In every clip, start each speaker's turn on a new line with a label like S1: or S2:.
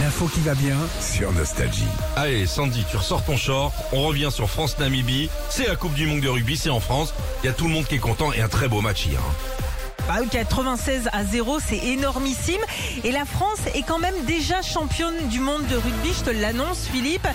S1: L'info qui va bien.
S2: sur Nostalgie.
S3: Allez, Sandy, tu ressors ton short. On revient sur France-Namibie. C'est la Coupe du Monde de rugby, c'est en France. Il y a tout le monde qui est content et un très beau match hier. hein.
S4: Bah oui, 96 à 0, c'est énormissime. Et la France est quand même déjà championne du monde de rugby, je te l'annonce, Philippe,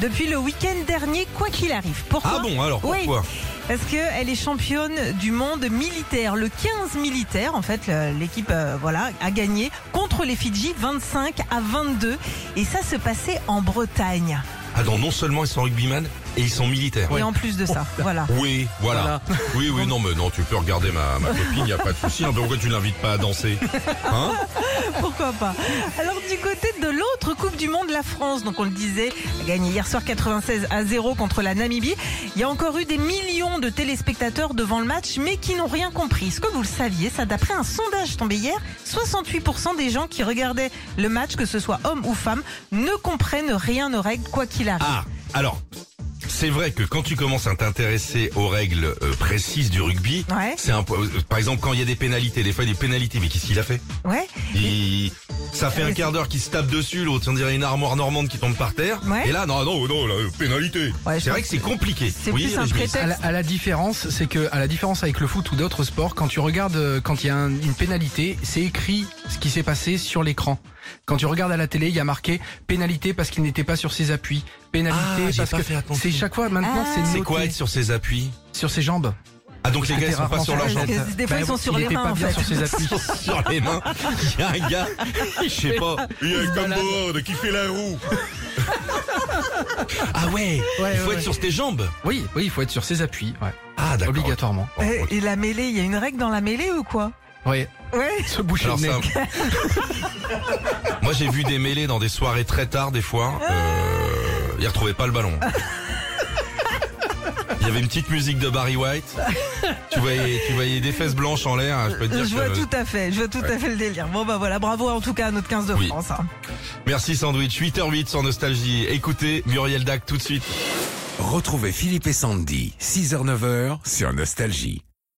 S4: depuis le week-end dernier, quoi qu'il arrive. Pourquoi
S3: Ah bon, alors pourquoi
S4: Oui, parce qu'elle est championne du monde militaire. Le 15 militaire, en fait, le- l'équipe euh, voilà, a gagné contre les Fidji 25 à 22. Et ça se passait en Bretagne.
S3: Ah non, non seulement ils sont rugbyman et ils sont militaires.
S4: Et en plus de
S3: Oh,
S4: ça, voilà.
S3: Oui, voilà. Oui, oui, non, mais non, tu peux regarder ma, ma copine, il n'y a pas de souci. hein. Pourquoi tu l'invites pas à danser Hein
S4: Pourquoi pas Alors du côté de l'autre Coupe du Monde, la France, donc on le disait, a gagné hier soir 96 à 0 contre la Namibie. Il y a encore eu des millions de téléspectateurs devant le match, mais qui n'ont rien compris. Est-ce que vous le saviez Ça, d'après un sondage tombé hier, 68% des gens qui regardaient le match, que ce soit homme ou femme, ne comprennent rien aux règles, quoi qu'il arrive.
S3: Ah, alors, c'est vrai que quand tu commences à t'intéresser aux règles euh, précises du rugby,
S4: Ouais.
S3: c'est un po- euh, par exemple quand il y a des pénalités, des fois il y a des pénalités, mais qu'est-ce qu'il a fait
S4: Ouais.
S3: Il- Ça fait un quart d'heure qu'il se tape dessus, l'autre on dirait une armoire normande qui tombe par terre.
S4: Ouais.
S3: Et là, non, non, non, la pénalité.
S4: Ouais, je
S3: c'est vrai
S4: pense
S3: que c'est compliqué.
S4: c'est
S3: Oui,
S4: plus un
S3: Régis.
S4: prétexte.
S1: À la, à la différence, c'est que à la différence avec le foot ou d'autres sports, quand tu regardes, euh, quand il y a un- une pénalité, c'est écrit ce qui s'est passé sur l'écran. Quand tu regardes à la télé, il y a marqué pénalité parce qu'il n'était pas sur ses appuis.
S3: Ah,
S1: Pénalité
S3: j'ai
S1: parce
S3: pas
S1: que
S3: fait attention.
S1: c'est chaque fois maintenant
S4: Ah.
S1: c'est
S3: C'est quoi
S1: noté
S3: être sur ses appuis
S1: sur ses jambes.
S3: Ah donc les
S1: Ah,
S3: gars
S1: t'es
S3: ils sont pas
S1: rarement
S3: sur
S1: sur
S3: leurs
S1: la
S3: jambes. Bah
S4: Parce que des fois, ils sont sur
S1: il
S4: les
S1: était
S4: mains,
S1: pas
S4: en
S1: bien
S4: fait.
S1: sur ses appuis.
S3: sur les mains. Il y a un gars, je sais pas, il y a un cambode qui fait la roue. Ah ouais,
S1: Ouais,
S3: il faut
S1: ouais,
S3: être
S1: ouais.
S3: sur tes jambes.
S1: Oui, oui, il faut être sur ses appuis, ouais.
S3: Ah d'accord.
S1: obligatoirement.
S3: Bon,
S4: Et-
S3: ok.
S4: Eh, Et la mêlée, il y a une règle dans la mêlée ou quoi
S1: Ouais,
S4: Ouais.
S1: se boucher
S3: Alors
S1: le nez.
S3: ça, moi j'ai vu des mêlées dans des soirées très tard des fois. Euh, ils retrouvaient pas le ballon. Il y avait une petite musique de Barry White. Tu voyais, tu voyais des fesses blanches en l'air. hein. Je peux te dire
S4: Je vois
S3: que-
S4: tout à fait, je vois tout à fait le délire. Bon bah voilà, bravo en tout cas à notre 15 de
S3: Oui.
S4: France. hein.
S3: Merci Sandwich. 8h08 sur Nostalgie. Écoutez Muriel Dac tout de suite.
S2: Retrouvez Philippe et Sandy, 6h-9h sur Nostalgie.